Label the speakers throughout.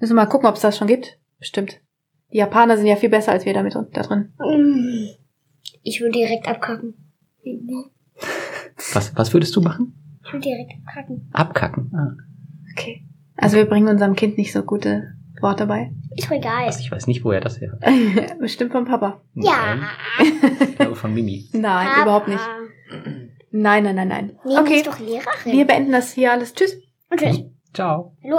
Speaker 1: Müssen wir mal gucken, ob es das schon gibt. Bestimmt. Die Japaner sind ja viel besser als wir damit und da drin.
Speaker 2: Mm. Ich will direkt abkacken. Nee,
Speaker 3: Was, was würdest du machen?
Speaker 2: Ich will direkt abkacken.
Speaker 3: Abkacken. Ah.
Speaker 1: Okay. Also wir bringen unserem Kind nicht so gute Worte bei.
Speaker 2: Ist mir egal.
Speaker 3: Also ich weiß nicht, woher das her hat.
Speaker 1: Bestimmt vom Papa.
Speaker 2: Ja.
Speaker 3: Ich glaube von Mimi.
Speaker 1: Nein,
Speaker 2: Papa.
Speaker 1: überhaupt nicht. Nein, nein, nein, nein.
Speaker 2: Nee, okay.
Speaker 1: okay,
Speaker 2: Ähm, ist doch Lehrerin.
Speaker 1: wir beenden das hier alles. Tschüss.
Speaker 2: Und tschüss.
Speaker 3: Ciao.
Speaker 2: Hallo.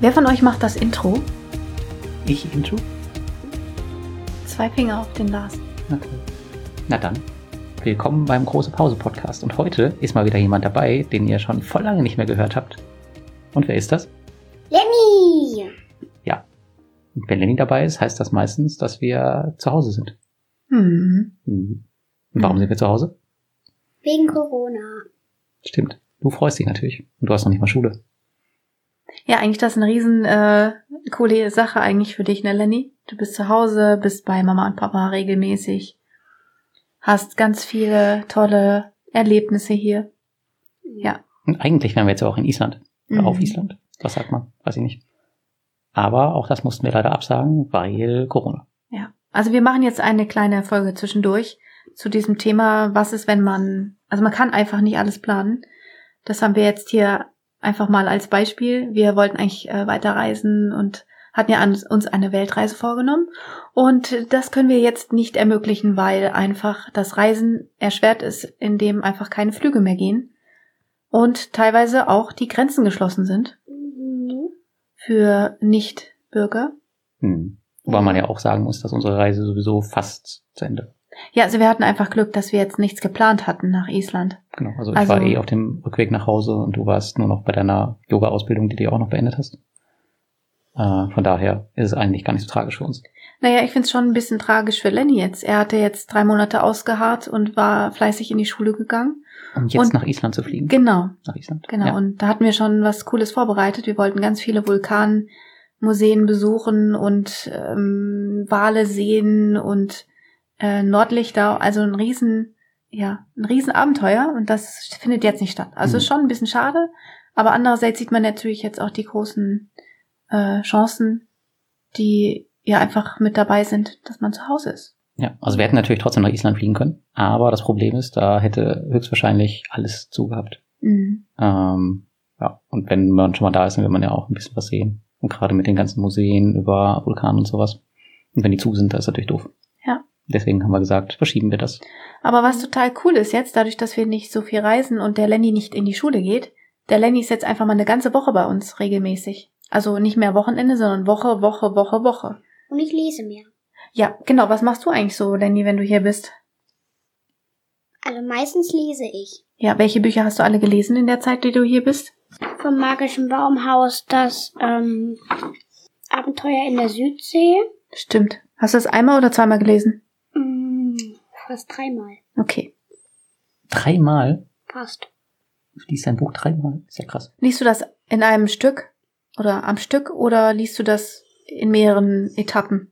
Speaker 1: Wer von euch macht das Intro?
Speaker 3: Ich Intro?
Speaker 1: Zwei Finger auf den Lars.
Speaker 3: Na toll. Na dann. Willkommen beim Große Pause Podcast. Und heute ist mal wieder jemand dabei, den ihr schon voll lange nicht mehr gehört habt. Und wer ist das?
Speaker 2: Lenny.
Speaker 3: Und wenn Lenny dabei ist, heißt das meistens, dass wir zu Hause sind.
Speaker 1: Hm.
Speaker 3: Mhm. Und warum
Speaker 1: Mhm.
Speaker 3: sind wir zu Hause?
Speaker 2: Wegen Corona.
Speaker 3: Stimmt. Du freust dich natürlich. Und du hast noch nicht mal Schule.
Speaker 1: Ja, eigentlich das ist eine riesen äh, coole Sache eigentlich für dich, ne Lenny? Du bist zu Hause, bist bei Mama und Papa regelmäßig, hast ganz viele tolle Erlebnisse hier. Ja.
Speaker 3: Und eigentlich wären wir jetzt ja auch in Island. Oder
Speaker 1: Mhm.
Speaker 3: auf Island. Was sagt man? Weiß ich nicht. Aber auch das mussten wir leider absagen, weil Corona.
Speaker 1: Ja. Also wir machen jetzt eine kleine Folge zwischendurch zu diesem Thema, was ist, wenn man, also man kann einfach nicht alles planen. Das haben wir jetzt hier einfach mal als Beispiel. Wir wollten eigentlich äh, weiterreisen und hatten ja an, uns eine Weltreise vorgenommen. Und das können wir jetzt nicht ermöglichen, weil einfach das Reisen erschwert ist, indem einfach keine Flüge mehr gehen. Und teilweise auch die Grenzen geschlossen sind
Speaker 2: Mhm.
Speaker 1: für Nichtbürger.
Speaker 3: Mhm. Wobei man ja auch sagen muss, dass unsere Reise sowieso fast zu Ende. war.
Speaker 1: Ja, also wir hatten einfach Glück, dass wir jetzt nichts geplant hatten nach Island.
Speaker 3: Genau. Also ich
Speaker 1: Also-
Speaker 3: war eh auf dem Rückweg nach Hause und du warst nur noch bei deiner Yoga-Ausbildung, die du ja auch noch beendet hast. Äh, von daher ist es eigentlich gar nicht so tragisch für uns.
Speaker 1: Naja, ich find's schon ein bisschen tragisch für Lenny jetzt. Er hatte jetzt drei Monate ausgeharrt und war fleißig in die Schule gegangen.
Speaker 3: Und um jetzt
Speaker 1: Und-
Speaker 3: nach Island zu fliegen.
Speaker 1: Genau,
Speaker 3: nach Island.
Speaker 1: genau.
Speaker 3: Ja.
Speaker 1: Und da hatten wir schon was Cooles vorbereitet. Wir wollten ganz viele Vulkanmuseen besuchen und ähm, Wale sehen und äh, Nordlichter. Also ein riesen, ja, ein riesen Abenteuer. Und das findet jetzt nicht statt. Also
Speaker 3: Mhm.
Speaker 1: ist schon ein bisschen schade. Aber andererseits sieht man natürlich jetzt auch die großen äh, Chancen, die ja einfach mit dabei sind, dass man zu Hause ist.
Speaker 3: ja. Also wir hätten natürlich trotzdem nach Island fliegen können. Aber das Problem ist, da hätte höchstwahrscheinlich alles zugehabt.
Speaker 1: Mhm.
Speaker 3: Ähm, ja, und wenn man schon mal da ist, dann will man ja auch ein bisschen was sehen. Und gerade mit den ganzen Museen über Vulkanen und sowas. Und wenn die zu sind, das ist natürlich doof.
Speaker 1: Ja.
Speaker 3: Deswegen haben wir gesagt, verschieben wir das.
Speaker 1: Aber was total cool ist jetzt, dadurch, dass wir nicht so viel reisen und der Lenny nicht in die Schule geht, der Lenny ist jetzt einfach mal eine ganze Woche bei uns regelmäßig. Also nicht mehr Wochenende, sondern Woche, Woche, Woche, Woche.
Speaker 2: Und ich lese mehr.
Speaker 1: Ja, genau. Was machst du eigentlich so, Lenny, wenn du hier bist?
Speaker 2: Also meistens lese ich.
Speaker 1: Ja, welche Bücher hast du alle gelesen in der Zeit, die du hier bist?
Speaker 2: Vom magischen Baumhaus das ähm, Abenteuer in der Südsee.
Speaker 1: Stimmt. Hast du das einmal oder zweimal gelesen?
Speaker 2: Mhm. Fast dreimal.
Speaker 1: Okay.
Speaker 3: Dreimal?
Speaker 2: Fast.
Speaker 3: Liest dein Buch dreimal? Ist ja krass.
Speaker 1: Liest du das in einem Stück oder am Stück oder liest du das in mehreren Etappen?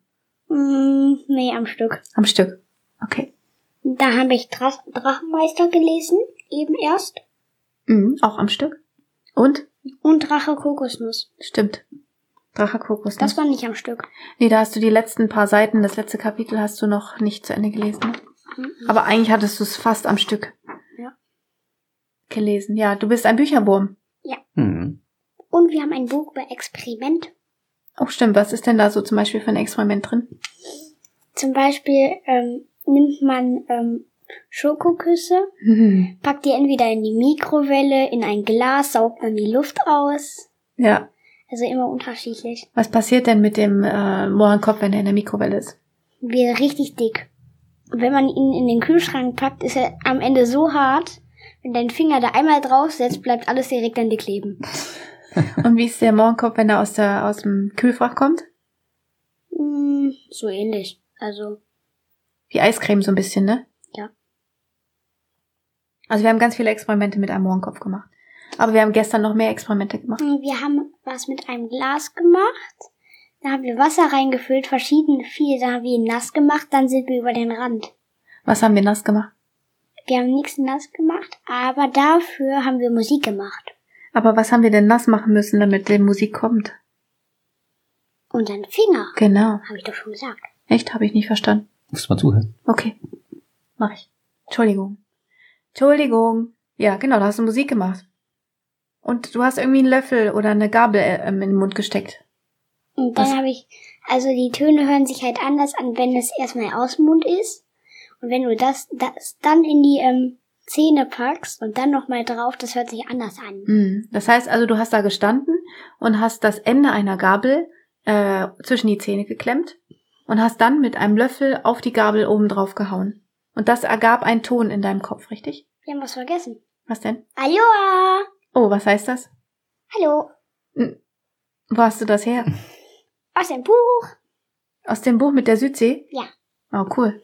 Speaker 2: Mhm. Nee, am Stück.
Speaker 1: Am Stück. Okay.
Speaker 2: Da habe ich Dra Drachenmeister gelesen, eben erst.
Speaker 1: Mhm, auch am Stück. Und?
Speaker 2: Und Drache Kokosnuss.
Speaker 1: Stimmt. Drache Kokos.
Speaker 2: Das war nicht am Stück.
Speaker 1: Nee, da hast du die letzten paar Seiten, das letzte Kapitel hast du noch nicht zu Ende gelesen. Ne?
Speaker 2: Mhm.
Speaker 1: Aber eigentlich hattest du es fast am Stück
Speaker 2: Ja.
Speaker 1: gelesen. Ja, du bist ein Bücherwurm.
Speaker 3: Hm.
Speaker 2: Und wir haben ein Buch über Experiment
Speaker 1: Oh, stimmt. Was ist denn da so zum Beispiel für ein Experiment drin?
Speaker 2: Zum Beispiel ähm, nimmt man ähm, Schokoküsse,
Speaker 1: Hm.
Speaker 2: packt ihr entweder in die Mikrowelle, in ein Glas, saugt dann die Luft aus.
Speaker 1: Ja.
Speaker 2: Also immer unterschiedlich.
Speaker 1: Was passiert denn mit dem äh, Mohrenkopf, wenn er in der Mikrowelle ist?
Speaker 2: Wird richtig dick. Und wenn man ihn in den Kühlschrank packt, ist er am Ende so hart, wenn dein Finger da einmal draufsetzt, bleibt alles direkt an dir kleben.
Speaker 1: Und wie ist der Mohrenkopf, wenn er aus, der, aus dem Kühlfach kommt?
Speaker 2: Hm, so ähnlich. Also,
Speaker 1: Wie Eiscreme so ein bisschen, ne?
Speaker 2: Ja.
Speaker 1: Also wir haben ganz viele Experimente mit einem Mohrenkopf gemacht. Aber wir haben gestern noch mehr Experimente gemacht.
Speaker 2: hm, wir haben was mit einem Glas gemacht. Da haben wir Wasser reingefüllt, verschieden viel. Da haben wir ihn nass gemacht, dann sind wir über den Rand.
Speaker 1: Was haben wir nass gemacht?
Speaker 2: Wir haben nichts nass gemacht, aber dafür haben wir Musik gemacht.
Speaker 1: Aber was haben wir denn nass machen müssen, damit die Musik kommt?
Speaker 2: Unseren Finger,
Speaker 1: Genau.
Speaker 2: habe ich doch schon gesagt.
Speaker 1: Echt? Habe ich nicht verstanden.
Speaker 3: Muss mal zuhören.
Speaker 1: Okay. Mach ich. Entschuldigung. Entschuldigung. Ja, genau, da hast du Musik gemacht. Und du hast irgendwie einen Löffel oder eine Gabel äh, ähm, in den Mund gesteckt.
Speaker 2: Und dann
Speaker 1: Was?
Speaker 2: habe ich, also die Töne hören sich halt anders an, wenn es erstmal aus dem Mund ist. Und wenn du das, das dann in die ähm, Zähne packst und dann nochmal drauf, das hört sich anders an.
Speaker 1: Mhm. Das heißt also, du hast da gestanden und hast das Ende einer Gabel äh, zwischen die Zähne geklemmt und hast dann mit einem Löffel auf die Gabel oben drauf gehauen. Und das ergab einen Ton in deinem Kopf, richtig?
Speaker 2: Wir haben was vergessen.
Speaker 1: Was denn?
Speaker 2: Aloha!
Speaker 1: Oh, was heißt das?
Speaker 2: Hallo!
Speaker 1: Wo hast du das her?
Speaker 2: Aus dem Buch!
Speaker 1: Aus dem Buch mit der Südsee?
Speaker 2: Ja.
Speaker 1: Oh, cool.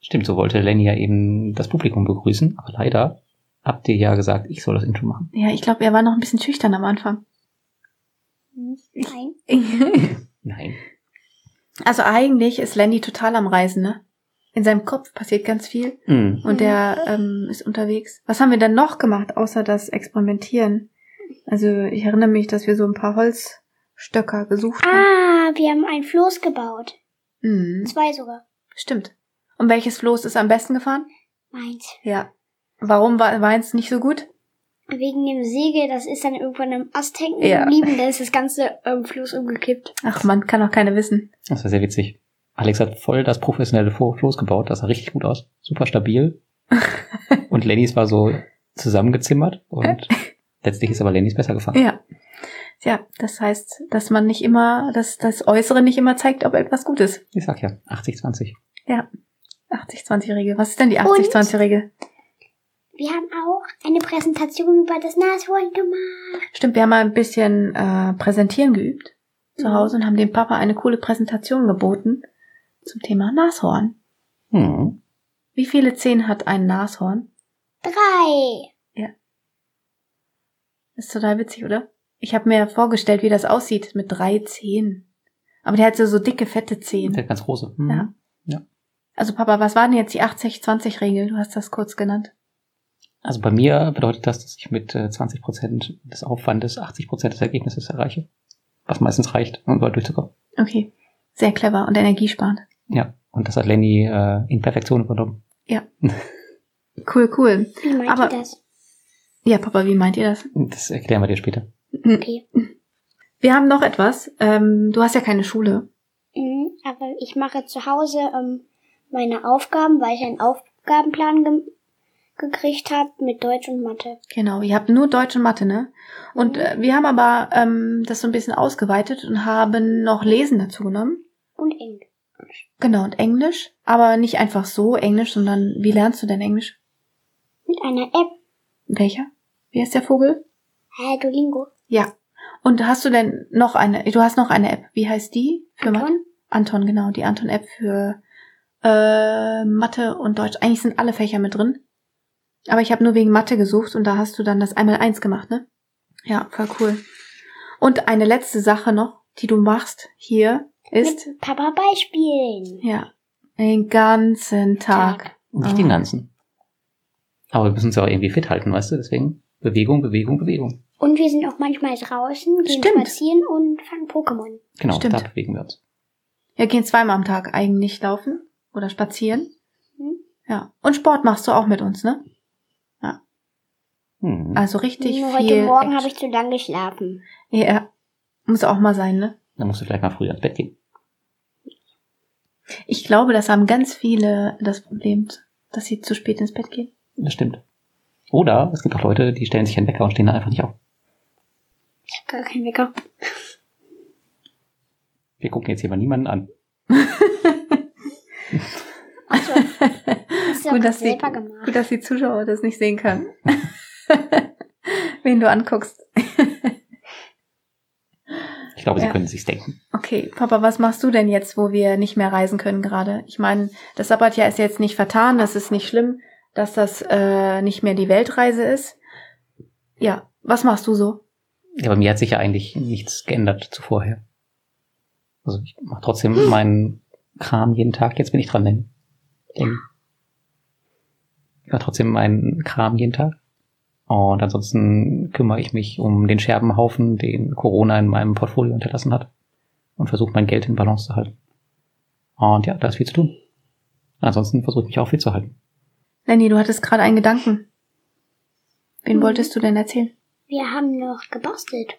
Speaker 3: Stimmt, so wollte Lenny ja eben das Publikum begrüßen, aber leider habt ihr ja gesagt, ich soll das Intro machen.
Speaker 1: Ja, ich glaube, er war noch ein bisschen schüchtern am Anfang.
Speaker 2: Nein.
Speaker 3: Nein.
Speaker 1: Also eigentlich ist Lenny total am Reisen, ne? In seinem Kopf passiert ganz viel
Speaker 3: Hm.
Speaker 1: und er ähm, ist unterwegs. Was haben wir denn noch gemacht, außer das Experimentieren? Also ich erinnere mich, dass wir so ein paar Holzstöcker gesucht haben.
Speaker 2: Ah, wir haben ein Floß gebaut.
Speaker 1: Mhm,
Speaker 2: Zwei sogar.
Speaker 1: stimmt. Und welches Floß ist am besten gefahren?
Speaker 2: Meins.
Speaker 1: Ja. Warum war meins nicht so gut?
Speaker 2: Wegen dem Segel, das ist dann irgendwann am Ast hängen
Speaker 1: Ja.
Speaker 2: geblieben, da ist das ganze ähm, Floß umgekippt.
Speaker 1: Ach, man kann auch keine wissen.
Speaker 3: Das war sehr witzig. Alex hat voll das professionelle Flo- Floß gebaut, das sah richtig gut aus, super stabil. Und Lennys war so zusammengezimmert und letztlich ist aber Lennys besser gefahren.
Speaker 1: Äh. Ja. Ja, das heißt, dass man nicht immer, dass das Äußere nicht immer zeigt, ob etwas gut ist.
Speaker 3: Ich sag ja, 80-20.
Speaker 1: 80-20-Regel. Was ist denn die
Speaker 2: Und?
Speaker 1: 80-20-Regel?
Speaker 2: Wir haben auch eine Präsentation über das Nashorn gemacht.
Speaker 1: Stimmt, wir haben mal ein bisschen äh, präsentieren geübt zu Hause und haben dem Papa eine coole Präsentation geboten zum Thema Nashorn.
Speaker 3: Hm.
Speaker 1: Wie viele Zehen hat ein Nashorn?
Speaker 2: Drei.
Speaker 1: Ist total witzig, oder? Ich habe mir vorgestellt, wie das aussieht mit drei Zehen. Aber der hat so, so dicke, fette Zehen.
Speaker 3: Fällt ganz große. Hm.
Speaker 1: Ja. Also Papa, was war denn jetzt die 80-20-Regel? Du hast das kurz genannt.
Speaker 3: Also bei mir bedeutet das, dass ich mit äh, 20% des Aufwandes 80% des Ergebnisses erreiche. Was meistens reicht, um dort durchzukommen.
Speaker 1: Okay, sehr clever und energiesparend.
Speaker 3: Ja. Und das hat Lenny äh, in Perfektion übernommen.
Speaker 1: Cool, cool.
Speaker 2: Wie meint
Speaker 1: Aber-
Speaker 2: ihr das?
Speaker 1: Ja, Papa, wie meint ihr das?
Speaker 3: Das erklären wir dir später.
Speaker 2: Okay.
Speaker 1: Wir haben noch etwas. Ähm, du hast ja keine Schule.
Speaker 2: Mhm, aber ich mache zu Hause ähm, meine Aufgaben, weil ich einen Aufgabenplan ge gekriegt habe mit Deutsch und Mathe.
Speaker 1: Genau, ihr habt nur Deutsch und Mathe, ne? Und äh, wir haben aber ähm, das so ein bisschen ausgeweitet und haben noch Lesen dazu genommen.
Speaker 2: Und Englisch.
Speaker 1: Genau, und Englisch. Aber nicht einfach so Englisch, sondern wie lernst du denn Englisch?
Speaker 2: Mit einer App.
Speaker 1: Welcher? Wie heißt der Vogel?
Speaker 2: Hä, Duolingo.
Speaker 1: Ja. Und hast du denn noch eine, du hast noch eine App. Wie heißt die? Für Mathe?
Speaker 2: Anton?
Speaker 1: Anton, genau, die Anton-App für äh, Mathe und Deutsch. Eigentlich sind alle Fächer mit drin. Aber ich habe nur wegen Mathe gesucht und da hast du dann das einmal eins gemacht, ne? Ja, voll cool. Und eine letzte Sache noch, die du machst hier, ist
Speaker 2: Mit Papa Beispielen.
Speaker 1: ja den ganzen Tag.
Speaker 3: Nicht
Speaker 1: Ah.
Speaker 3: den ganzen. Aber wir müssen uns ja auch irgendwie fit halten, weißt du? Deswegen Bewegung, Bewegung, Bewegung.
Speaker 2: Und wir sind auch manchmal draußen, gehen
Speaker 1: Stimmt.
Speaker 2: spazieren und fangen Pokémon.
Speaker 3: Genau,
Speaker 1: Stimmt.
Speaker 3: da bewegen wir uns.
Speaker 1: Wir gehen zweimal am Tag eigentlich laufen oder spazieren.
Speaker 2: Mhm.
Speaker 1: Ja. Und Sport machst du auch mit uns, ne?
Speaker 3: Hm.
Speaker 1: Also richtig
Speaker 2: Nur
Speaker 1: viel.
Speaker 2: heute Morgen
Speaker 1: Action.
Speaker 2: habe ich zu lange geschlafen.
Speaker 1: Ja, muss auch mal sein, ne?
Speaker 3: Dann musst du vielleicht mal früher ins Bett gehen.
Speaker 1: Ich glaube, das haben ganz viele das Problem, dass sie zu spät ins Bett gehen.
Speaker 3: Das stimmt. Oder es gibt auch Leute, die stellen sich einen Wecker und stehen dann einfach nicht auf.
Speaker 2: Ich habe gar keinen Wecker.
Speaker 3: Wir gucken jetzt hier mal niemanden an.
Speaker 2: Also, hast du
Speaker 1: Gut,
Speaker 2: auch
Speaker 1: dass die-
Speaker 2: selber gemacht.
Speaker 1: Gut, dass die Zuschauer das nicht sehen können. Wen du anguckst.
Speaker 3: Ich glaube, sie
Speaker 1: Ja.
Speaker 3: können sich's denken.
Speaker 1: Okay, Papa, was machst du denn jetzt, wo wir nicht mehr reisen können gerade? Ich meine, das Sabbatjahr ist jetzt nicht vertan, das ist nicht schlimm, dass das äh, nicht mehr die Weltreise ist. Ja, was machst du so?
Speaker 3: Ja, bei mir hat sich ja eigentlich nichts geändert zu vorher. Also ich mache trotzdem meinen Kram jeden Tag. Jetzt bin ich dran, denn. denn ich mache trotzdem meinen Kram jeden Tag. Und ansonsten kümmere ich mich um den Scherbenhaufen, den Corona in meinem Portfolio hinterlassen hat. Und versuche mein Geld in Balance zu halten. Und ja, da ist viel zu tun. Ansonsten versuche ich mich auch viel zu halten.
Speaker 1: Lenny, du hattest gerade einen Gedanken. Wen
Speaker 2: Mhm.
Speaker 1: wolltest du denn erzählen?
Speaker 2: Wir haben noch gebastelt.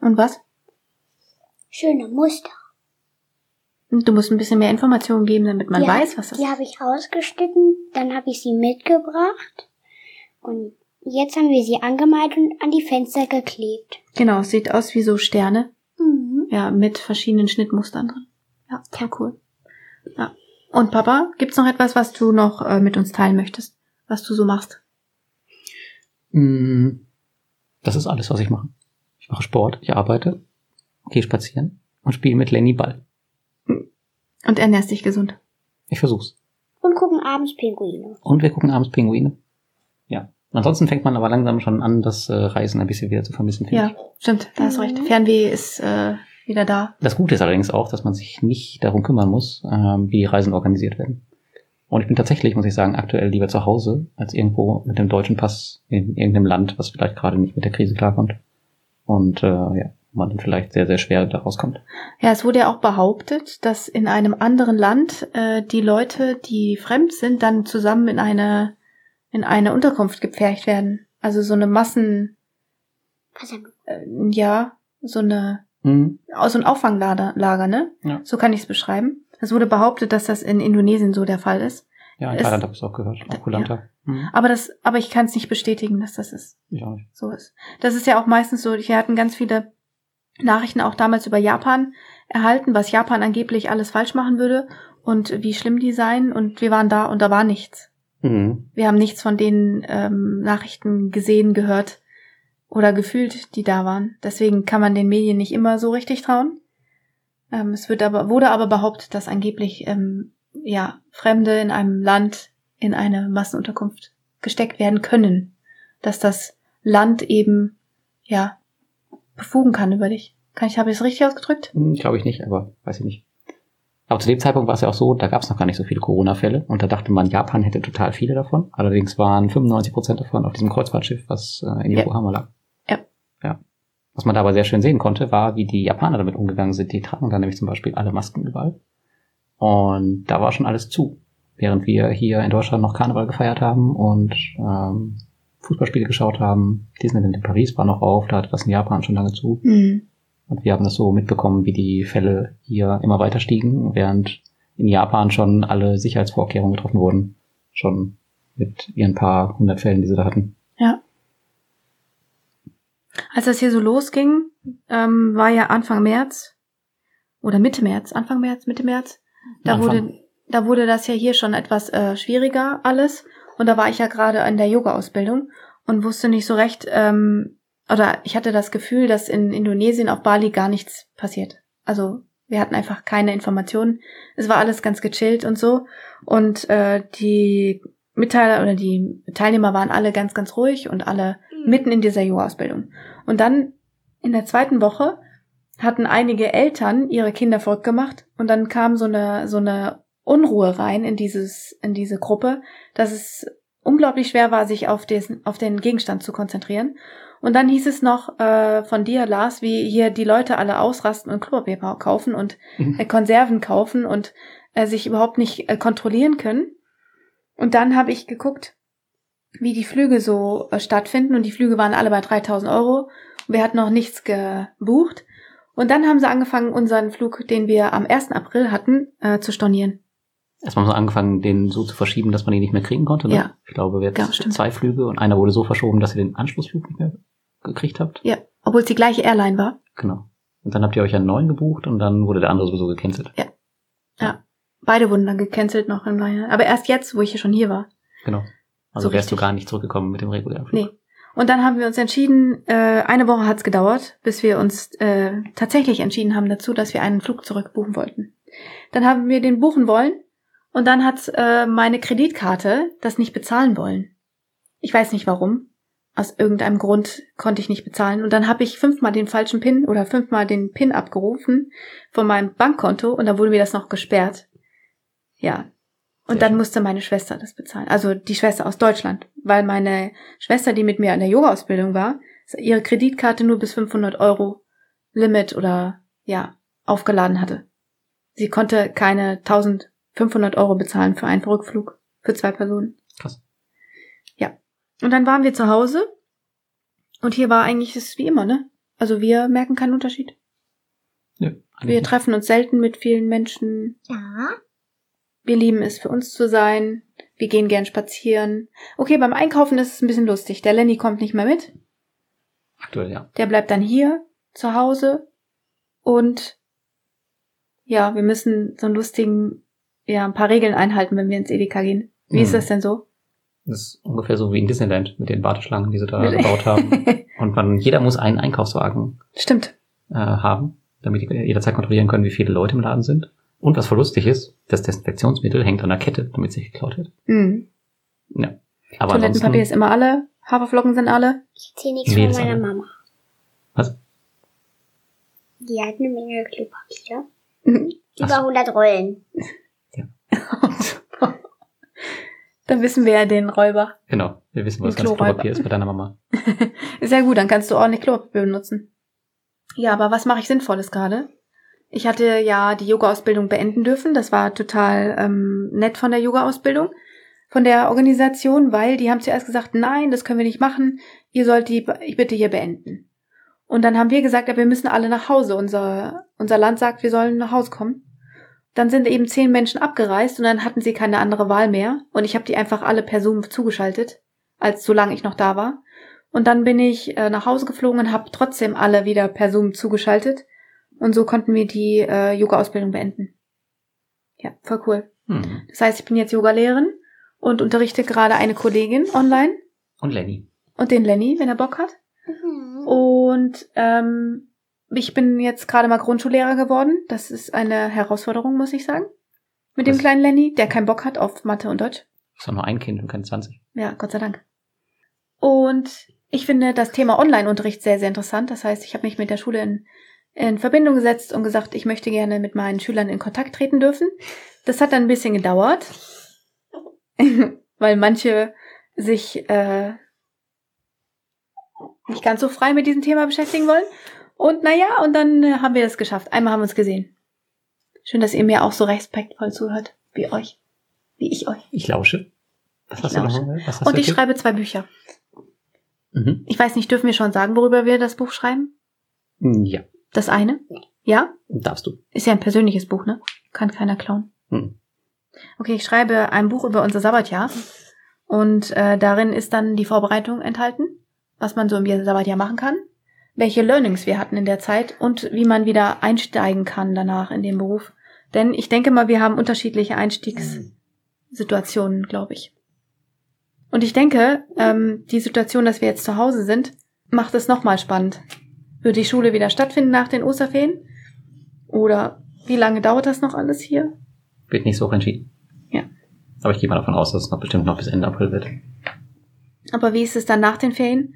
Speaker 1: Und was?
Speaker 2: Schöne Muster.
Speaker 1: Hm, Du musst ein bisschen mehr Informationen geben, damit man
Speaker 2: Die
Speaker 1: weiß,
Speaker 2: hab-
Speaker 1: was das
Speaker 2: Die habe ich ausgeschnitten, dann habe ich sie mitgebracht. Und jetzt haben wir sie angemalt und an die Fenster geklebt.
Speaker 1: Genau, es sieht aus wie so Sterne,
Speaker 2: Mhm.
Speaker 1: ja, mit verschiedenen Schnittmustern drin. Ja, voll cool. Ja. Und Papa, gibt's noch etwas, was du noch äh, mit uns teilen möchtest, was du so machst?
Speaker 3: Mm, Das ist alles, was ich mache. Ich mache Sport, ich arbeite, gehe spazieren und spiele mit Lenny Ball.
Speaker 1: Und ernährst dich gesund.
Speaker 3: Ich versuch's.
Speaker 2: Und gucken abends Pinguine.
Speaker 3: Und wir gucken abends Pinguine. Ja. Ansonsten fängt man aber langsam schon an, das äh, Reisen ein bisschen wieder zu vermissen. finde
Speaker 1: Ja,
Speaker 3: Ich.
Speaker 1: stimmt, da hast
Speaker 2: Mhm.
Speaker 1: recht. Fernweh ist äh, wieder da.
Speaker 3: Das Gute ist allerdings auch, dass man sich nicht darum kümmern muss, ähm, wie die Reisen organisiert werden. Und ich bin tatsächlich, muss ich sagen, aktuell lieber zu Hause, als irgendwo mit dem deutschen Pass in irgendeinem Land, was vielleicht gerade nicht mit der Krise klarkommt. Und äh, ja, man dann vielleicht sehr, sehr schwer da rauskommt.
Speaker 1: Ja, es wurde ja auch behauptet, dass in einem anderen Land äh, die Leute, die fremd sind, dann zusammen in eine in eine Unterkunft gepfercht werden. Also so eine Massen,
Speaker 2: Was haben
Speaker 1: äh, ja, so eine
Speaker 3: Mhm.
Speaker 1: aus so ein Auffanglager, Lager, ne?
Speaker 3: Ja.
Speaker 1: So kann ich es beschreiben. Es wurde behauptet, dass das in Indonesien so der Fall ist.
Speaker 3: Ja, in
Speaker 1: Es-
Speaker 3: Thailand habe ich es auch gehört. Auch Koh Lanta. Mhm.
Speaker 1: Aber das, aber ich kann es nicht bestätigen, dass das ist.
Speaker 3: Ich auch nicht.
Speaker 1: so ist. Das ist ja auch meistens so, wir hatten ganz viele Nachrichten auch damals über Japan erhalten, was Japan angeblich alles falsch machen würde und wie schlimm die seien. Und wir waren da und da war nichts.
Speaker 3: Mhm.
Speaker 1: Wir haben nichts von den ähm, Nachrichten gesehen, gehört oder gefühlt, die da waren. Deswegen kann man den Medien nicht immer so richtig trauen. Ähm, es wird aber, wurde aber behauptet, dass angeblich ähm, ja, Fremde in einem Land in eine Massenunterkunft gesteckt werden können. Dass das Land eben ja befugen kann über dich. Kann ich, habe ich es richtig ausgedrückt?
Speaker 3: Mhm, Glaube ich nicht, aber weiß ich nicht. Aber zu dem Zeitpunkt war es ja auch so, da gab es noch gar nicht so viele Corona-Fälle und da dachte man, Japan hätte total viele davon. Allerdings waren 95 Prozent davon auf diesem Kreuzfahrtschiff, was äh, in
Speaker 1: Ja.
Speaker 3: Yokohama lag.
Speaker 1: Ja.
Speaker 3: Ja. Was man da aber sehr schön sehen konnte, war, wie die Japaner damit umgegangen sind. Die tragen da nämlich zum Beispiel alle Masken überall. Und da war schon alles zu. Während wir hier in Deutschland noch Karneval gefeiert haben und ähm, Fußballspiele geschaut haben. Disneyland in Paris war noch auf, da hatte das in Japan schon lange zu.
Speaker 1: Mhm.
Speaker 3: Und wir haben das so mitbekommen, wie die Fälle hier immer weiter stiegen, während in Japan schon alle Sicherheitsvorkehrungen getroffen wurden. Schon mit ihren paar hundert Fällen, die sie da hatten.
Speaker 1: Als das hier so losging, ähm, war ja Anfang März oder Mitte März, Anfang März, Mitte März. Da
Speaker 3: Anfang.
Speaker 1: wurde da wurde das ja hier schon etwas äh, schwieriger alles und da war ich ja gerade in der Yoga Ausbildung und wusste nicht so recht ähm, oder ich hatte das Gefühl, dass in Indonesien auf Bali gar nichts passiert. Also wir hatten einfach keine Informationen. Es war alles ganz gechillt und so und äh, die Mitteiler oder die Teilnehmer waren alle ganz ganz ruhig und alle
Speaker 2: Mhm.
Speaker 1: mitten in dieser Yoga-Ausbildung. Und dann in der zweiten Woche hatten einige Eltern ihre Kinder verrückt gemacht und dann kam so eine, so eine Unruhe rein in dieses, in diese Gruppe, dass es unglaublich schwer war, sich auf den, auf den Gegenstand zu konzentrieren. Und dann hieß es noch äh, von dir, Lars, wie hier die Leute alle ausrasten und Klopapier kaufen und äh, Konserven kaufen und äh, sich überhaupt nicht äh, kontrollieren können. Und dann habe ich geguckt, wie die Flüge so äh, stattfinden und die Flüge waren alle bei 3000 Euro. Wir hatten noch nichts gebucht. Und dann haben sie angefangen, unseren Flug, den wir am 1. April hatten, äh, zu stornieren.
Speaker 3: erstmal haben sie angefangen, den so zu verschieben, dass man ihn nicht mehr kriegen konnte. Ne?
Speaker 1: Ja.
Speaker 3: Ich glaube, wir hatten
Speaker 1: Ja, stimmt.
Speaker 3: zwei Flüge und einer wurde so verschoben, dass ihr den Anschlussflug nicht mehr gekriegt habt.
Speaker 1: Ja, obwohl es die gleiche Airline war.
Speaker 3: Genau. Und dann habt ihr euch einen neuen gebucht und dann wurde der andere sowieso gecancelt.
Speaker 1: Beide wurden dann gecancelt noch im Nachhinein. Aber erst jetzt, wo ich ja schon hier war.
Speaker 3: Genau. Also
Speaker 1: So
Speaker 3: wärst du
Speaker 1: richtig.
Speaker 3: gar nicht zurückgekommen mit dem regulären Flug.
Speaker 1: Nee. Und dann haben wir uns entschieden, äh, eine Woche hat's gedauert, bis wir uns äh, tatsächlich entschieden haben dazu, dass wir einen Flug zurückbuchen wollten. Dann haben wir den buchen wollen und dann hat äh, meine Kreditkarte das nicht bezahlen wollen. Ich weiß nicht warum. Aus irgendeinem Grund konnte ich nicht bezahlen. Und dann habe ich fünfmal den falschen PIN oder fünfmal den PIN abgerufen von meinem Bankkonto und dann wurde mir das noch gesperrt. Ja. Und
Speaker 3: Sehr
Speaker 1: dann
Speaker 3: schön.
Speaker 1: musste meine Schwester das bezahlen. Also die Schwester aus Deutschland. Weil meine Schwester, die mit mir an der Yoga-Ausbildung war, ihre Kreditkarte nur bis 500 Euro Limit oder ja, aufgeladen hatte. Sie konnte keine 1500 Euro bezahlen für einen Rückflug für zwei Personen.
Speaker 3: Krass.
Speaker 1: Ja. Und dann waren wir zu Hause und hier war eigentlich es wie immer, ne? Also wir merken keinen Unterschied.
Speaker 3: Nö, eigentlich
Speaker 1: Wir
Speaker 3: nicht.
Speaker 1: treffen uns selten mit vielen Menschen.
Speaker 2: Ja.
Speaker 1: Wir lieben es, für uns zu sein. Wir gehen gern spazieren. Okay, beim Einkaufen ist es ein bisschen lustig. Der Lenny kommt nicht mehr mit.
Speaker 3: Aktuell, ja.
Speaker 1: Der bleibt dann hier zu Hause und ja, wir müssen so einen lustigen, ja, ein paar Regeln einhalten, wenn wir ins Edeka gehen. Wie
Speaker 3: Hm.
Speaker 1: ist das denn so?
Speaker 3: Das ist ungefähr so wie in Disneyland mit den Warteschlangen, die sie da gebaut haben. Und man, jeder muss einen Einkaufswagen
Speaker 1: Stimmt.
Speaker 3: äh, haben, damit die jederzeit kontrollieren können, wie viele Leute im Laden sind. Und was voll lustig ist, das Desinfektionsmittel hängt an der Kette, damit es nicht geklaut wird.
Speaker 1: Mhm.
Speaker 3: Ja. Aber
Speaker 1: Toilettenpapier ist
Speaker 3: ansonsten,
Speaker 1: immer alle, Haferflocken sind alle.
Speaker 2: Ich erzähle nichts
Speaker 3: Nee,
Speaker 2: von
Speaker 3: das
Speaker 2: meiner
Speaker 3: andere.
Speaker 2: Mama.
Speaker 3: Was?
Speaker 2: Die hat eine Menge Klopapier.
Speaker 3: Ach
Speaker 2: Über
Speaker 3: so.
Speaker 2: 100 Rollen.
Speaker 1: dann wissen wir ja den Räuber.
Speaker 3: genau, wir wissen, wo das
Speaker 1: Ein
Speaker 3: ganze
Speaker 1: Kloräuber.
Speaker 3: Klopapier ist bei deiner Mama.
Speaker 1: Sehr gut, dann kannst du ordentlich Klopapier benutzen. Ja, aber was mache ich Sinnvolles gerade? Ich hatte ja die Yoga-Ausbildung beenden dürfen. Das war total ähm, nett von der Yoga-Ausbildung, von der Organisation, weil die haben zuerst gesagt, nein, das können wir nicht machen. Ihr sollt die be- bitte hier beenden. Und dann haben wir gesagt, ja, wir müssen alle nach Hause. Unser, unser Land sagt, wir sollen nach Hause kommen. Dann sind eben zehn Menschen abgereist und dann hatten sie keine andere Wahl mehr. Und ich habe die einfach alle per Zoom zugeschaltet, als solange ich noch da war. Und dann bin ich äh, nach Hause geflogen und habe trotzdem alle wieder per Zoom zugeschaltet. Und so konnten wir die äh, Yoga-Ausbildung beenden. Ja, voll cool.
Speaker 3: Hm.
Speaker 1: Das heißt, ich bin jetzt Yogalehrerin und unterrichte gerade eine Kollegin online
Speaker 3: Und Lenny.
Speaker 1: und den Lenny, wenn er Bock hat.
Speaker 2: Mhm. Oh.
Speaker 1: Und ähm, ich bin jetzt gerade mal Grundschullehrer geworden. Das ist eine Herausforderung, muss ich sagen. Mit dem
Speaker 3: Was?
Speaker 1: kleinen Lenny, der keinen Bock hat auf Mathe und Deutsch.
Speaker 3: Ist doch nur ein Kind und kein 20.
Speaker 1: Ja, Gott sei Dank. Und ich finde das Thema Online-Unterricht sehr, sehr interessant. Das heißt, ich habe mich mit der Schule in, in Verbindung gesetzt und gesagt, ich möchte gerne mit meinen Schülern in Kontakt treten dürfen. Das hat dann ein bisschen gedauert, weil manche sich äh, nicht ganz so frei mit diesem Thema beschäftigen wollen. Und naja, und dann äh, haben wir das geschafft. Einmal haben wir uns gesehen. Schön, dass ihr mir auch so respektvoll zuhört, wie euch, wie ich euch.
Speaker 3: Ich lausche. Was
Speaker 1: Ich
Speaker 3: hast du noch?
Speaker 1: lausche.
Speaker 3: Was
Speaker 1: Und
Speaker 3: hast du
Speaker 1: ich
Speaker 3: erzählt?
Speaker 1: schreibe zwei Bücher.
Speaker 3: Mhm.
Speaker 1: Ich weiß nicht, dürfen wir schon sagen, worüber wir das Buch schreiben?
Speaker 3: Hm, Ja,
Speaker 1: Das eine? Ja?
Speaker 3: darfst du.
Speaker 1: Ist ja ein persönliches Buch, ne? Kann keiner klauen.
Speaker 3: Hm.
Speaker 1: Okay, ich schreibe ein Buch über unser Sabbatjahr. Und äh, darin ist dann die Vorbereitung enthalten, was man so im Sabbatjahr machen kann, welche Learnings wir hatten in der Zeit und wie man wieder einsteigen kann danach in den Beruf. Denn ich denke mal, wir haben unterschiedliche Einstiegs. Situationen, glaube ich. Und ich denke, ähm, die Situation, dass wir jetzt zu Hause sind, macht es nochmal spannend. Wird die Schule wieder stattfinden nach den Osterferien? Oder wie lange dauert das noch alles hier?
Speaker 3: Wird nicht so hoch entschieden.
Speaker 1: Ja.
Speaker 3: Aber ich gehe mal davon aus, dass es noch bestimmt noch bis Ende April wird.
Speaker 1: Aber wie ist es dann nach den Ferien?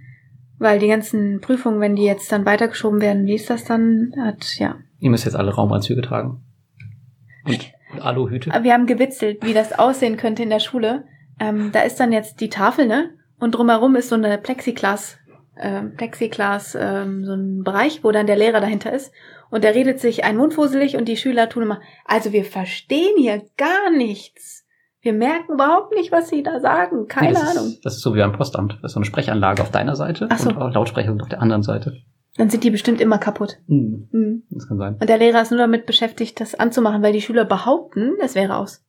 Speaker 1: Weil die ganzen Prüfungen, wenn die jetzt dann weitergeschoben werden, wie ist das dann? Hat, ja.
Speaker 3: Ihr müsst jetzt alle Raumanzüge tragen. Und, und Aluhüte.
Speaker 1: Aber Wir haben gewitzelt, wie das aussehen könnte in der Schule. Ähm, da ist dann jetzt die Tafel, ne? Und drumherum ist so eine Plexiglas, ähm, Plexiglas, ähm, so ein Bereich, wo dann der Lehrer dahinter ist. Und der redet sich ein Mund fusselig und die Schüler tun immer, also wir verstehen hier gar nichts. Wir merken überhaupt nicht, was sie da sagen. Keine
Speaker 3: Nee, das
Speaker 1: Ahnung.
Speaker 3: Ist, das ist so wie beim Postamt. Das ist so eine Sprechanlage auf deiner Seite
Speaker 1: Ach so.
Speaker 3: und auch Lautsprecher sind auf der anderen Seite.
Speaker 1: Dann sind die bestimmt immer kaputt.
Speaker 3: Hm,
Speaker 1: Mhm.
Speaker 3: das kann sein.
Speaker 1: Und der Lehrer ist nur damit beschäftigt, das anzumachen, weil die Schüler behaupten, es wäre aus.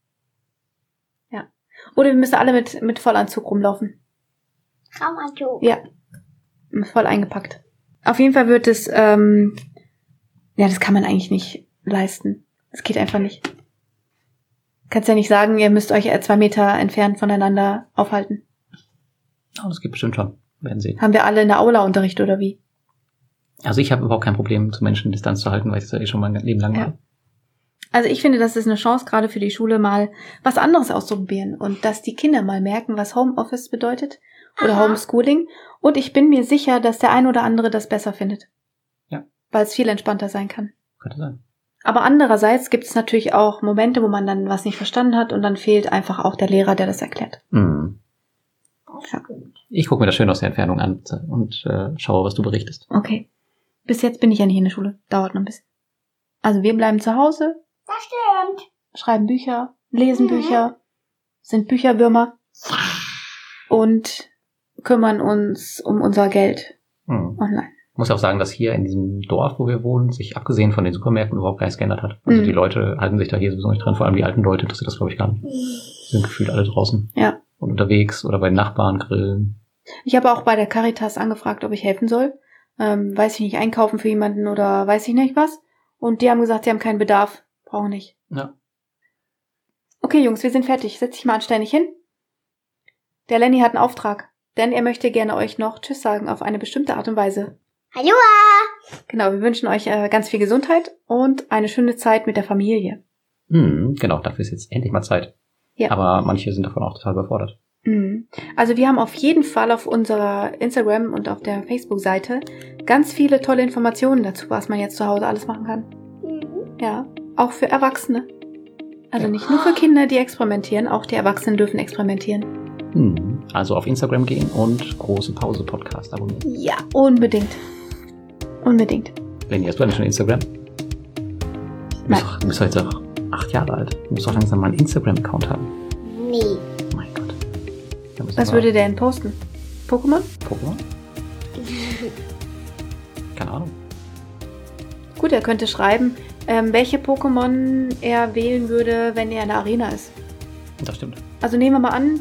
Speaker 1: Oder wir müssen alle mit, mit Vollanzug rumlaufen.
Speaker 2: Raumanzug.
Speaker 1: Ja. Voll eingepackt. Auf jeden Fall wird es, ähm, ja, das kann man eigentlich nicht leisten. Das geht einfach nicht. Kannst ja nicht sagen, ihr müsst euch äh, zwei Meter entfernt voneinander aufhalten.
Speaker 3: Aber Oh, das geht bestimmt schon. Werden sehen.
Speaker 1: Haben wir alle in der Aula Unterricht oder wie?
Speaker 3: Also ich habe überhaupt kein Problem, zu Menschen Distanz zu halten, weil ich das ja eh schon mein Leben lang
Speaker 1: Ja.
Speaker 3: mache.
Speaker 1: Also ich finde, das ist eine Chance gerade für die Schule mal was anderes auszuprobieren und dass die Kinder mal merken, was Homeoffice bedeutet oder
Speaker 2: Aha.
Speaker 1: Homeschooling. Und ich bin mir sicher, dass der ein oder andere das besser findet.
Speaker 3: Ja.
Speaker 1: Weil es viel entspannter sein kann.
Speaker 3: Könnte sein.
Speaker 1: Aber andererseits gibt es natürlich auch Momente, wo man dann was nicht verstanden hat und dann fehlt einfach auch der Lehrer, der das erklärt.
Speaker 3: Mhm.
Speaker 1: Ja.
Speaker 3: Ich gucke mir das schön aus der Entfernung an und äh, schaue, was du berichtest.
Speaker 1: Okay. Bis jetzt bin ich ja nicht in der Schule. Dauert noch ein bisschen. Also wir bleiben zu Hause,
Speaker 2: Das stimmt.
Speaker 1: schreiben Bücher, lesen
Speaker 2: Mhm.
Speaker 1: Bücher, sind Bücherwürmer und kümmern uns um unser Geld
Speaker 3: Mhm.
Speaker 1: online.
Speaker 3: muss auch sagen, dass hier in diesem Dorf, wo wir wohnen, sich abgesehen von den Supermärkten überhaupt gar nichts geändert hat. Also
Speaker 1: Mhm.
Speaker 3: die Leute halten sich da hier sowieso nicht dran, vor allem die alten Leute interessiert das, glaube ich, gar nicht. Die sind gefühlt alle draußen.
Speaker 1: Ja.
Speaker 3: Und unterwegs oder bei den Nachbarn grillen.
Speaker 1: Ich habe auch bei der Caritas angefragt, ob ich helfen soll. Ähm, weiß ich nicht, einkaufen für jemanden oder weiß ich nicht was. Und die haben gesagt, sie haben keinen Bedarf. Brauchen nicht.
Speaker 3: Ja.
Speaker 1: Okay, Jungs, wir sind fertig. Setz dich mal anständig hin. Der Lenny hat einen Auftrag, denn er möchte gerne euch noch Tschüss sagen auf eine bestimmte Art und Weise.
Speaker 2: Hallo.
Speaker 1: Genau, wir wünschen euch äh, ganz viel Gesundheit und eine schöne Zeit mit der Familie.
Speaker 3: Mhm, genau, dafür ist jetzt endlich mal Zeit.
Speaker 1: Ja.
Speaker 3: Aber manche sind davon auch total überfordert.
Speaker 1: Mhm. Also wir haben auf jeden Fall auf unserer Instagram und auf der Facebook-Seite ganz viele tolle Informationen dazu, was man jetzt zu Hause alles machen kann.
Speaker 2: Mhm.
Speaker 1: Ja, auch für Erwachsene. Also nicht nur für Kinder, die experimentieren, auch die Erwachsenen dürfen experimentieren.
Speaker 3: Mhm. Also auf Instagram gehen und große Pause Podcast abonnieren.
Speaker 1: Ja, unbedingt. Unbedingt.
Speaker 3: Lenny, hast du eigentlich schon Instagram? Du
Speaker 1: Nein.
Speaker 3: bist, doch, du bist doch jetzt auch acht Jahre alt. Du musst doch langsam mal einen Instagram-Account haben.
Speaker 2: Nee.
Speaker 3: Mein Gott. Da müssen
Speaker 1: Was
Speaker 3: wir-
Speaker 1: würde der denn posten? Pokémon?
Speaker 3: Pokémon? Keine Ahnung.
Speaker 1: Gut, er könnte schreiben, ähm, welche Pokémon er wählen würde, wenn er in der Arena ist.
Speaker 3: Das stimmt.
Speaker 1: Also nehmen wir mal an,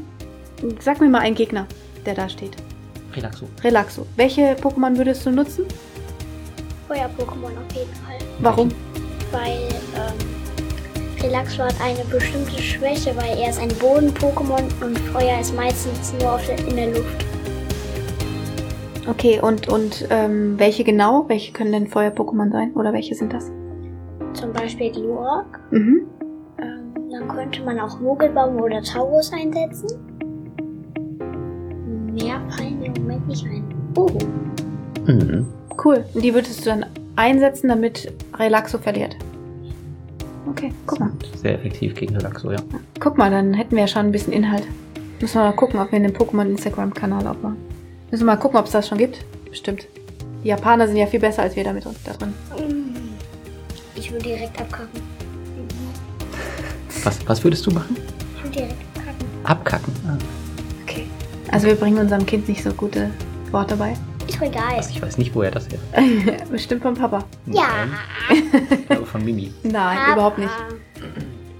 Speaker 1: sag mir mal einen Gegner, der da steht.
Speaker 3: Relaxo.
Speaker 1: Relaxo. Welche Pokémon würdest du nutzen?
Speaker 2: Feuer-Pokémon auf jeden Fall.
Speaker 1: Warum?
Speaker 2: Weil ähm, Relaxo hat eine bestimmte Schwäche, weil er ist ein Boden-Pokémon und Feuer ist meistens nur auf der, in der Luft.
Speaker 1: Okay, und, und ähm, welche genau? Welche können denn Feuer-Pokémon sein? Oder welche sind das?
Speaker 2: Zum Beispiel Glurak.
Speaker 1: Mhm.
Speaker 2: Ähm, dann könnte man auch Mogelbaum oder Taurus einsetzen. Mehr fallen mir im Moment nicht ein. Oh,
Speaker 3: Mhm.
Speaker 1: Cool. Und die würdest du dann einsetzen, damit Relaxo verliert. Okay, guck mal.
Speaker 3: Sehr effektiv gegen Relaxo, ja.
Speaker 1: Guck mal, dann hätten wir ja schon ein bisschen Inhalt. Müssen wir mal gucken, ob wir einen Pokémon-Instagram-Kanal aufmachen. Müssen wir mal gucken, ob es das schon gibt. Bestimmt. Die Japaner sind ja viel besser als wir damit da drin.
Speaker 2: Mm. ich würde direkt abkacken.
Speaker 3: Was, was würdest du machen?
Speaker 2: Ich würde direkt abkacken.
Speaker 3: Abkacken. Ah,
Speaker 1: Okay. Also wir bringen unserem Kind nicht so gute Worte bei.
Speaker 2: Ist doch egal.
Speaker 3: also ich weiß nicht, woher das her.
Speaker 1: Bestimmt vom Papa.
Speaker 2: Ja.
Speaker 3: Ich glaube von Mimi.
Speaker 1: Nein, überhaupt nicht.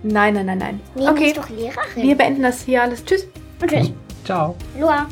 Speaker 1: Nein, nein, nein, nein.
Speaker 2: Nee, okay.
Speaker 1: okay,
Speaker 2: ist doch Lehrerin.
Speaker 1: wir beenden das hier alles. Tschüss.
Speaker 2: Und tschüss.
Speaker 3: Ciao.
Speaker 2: Lua.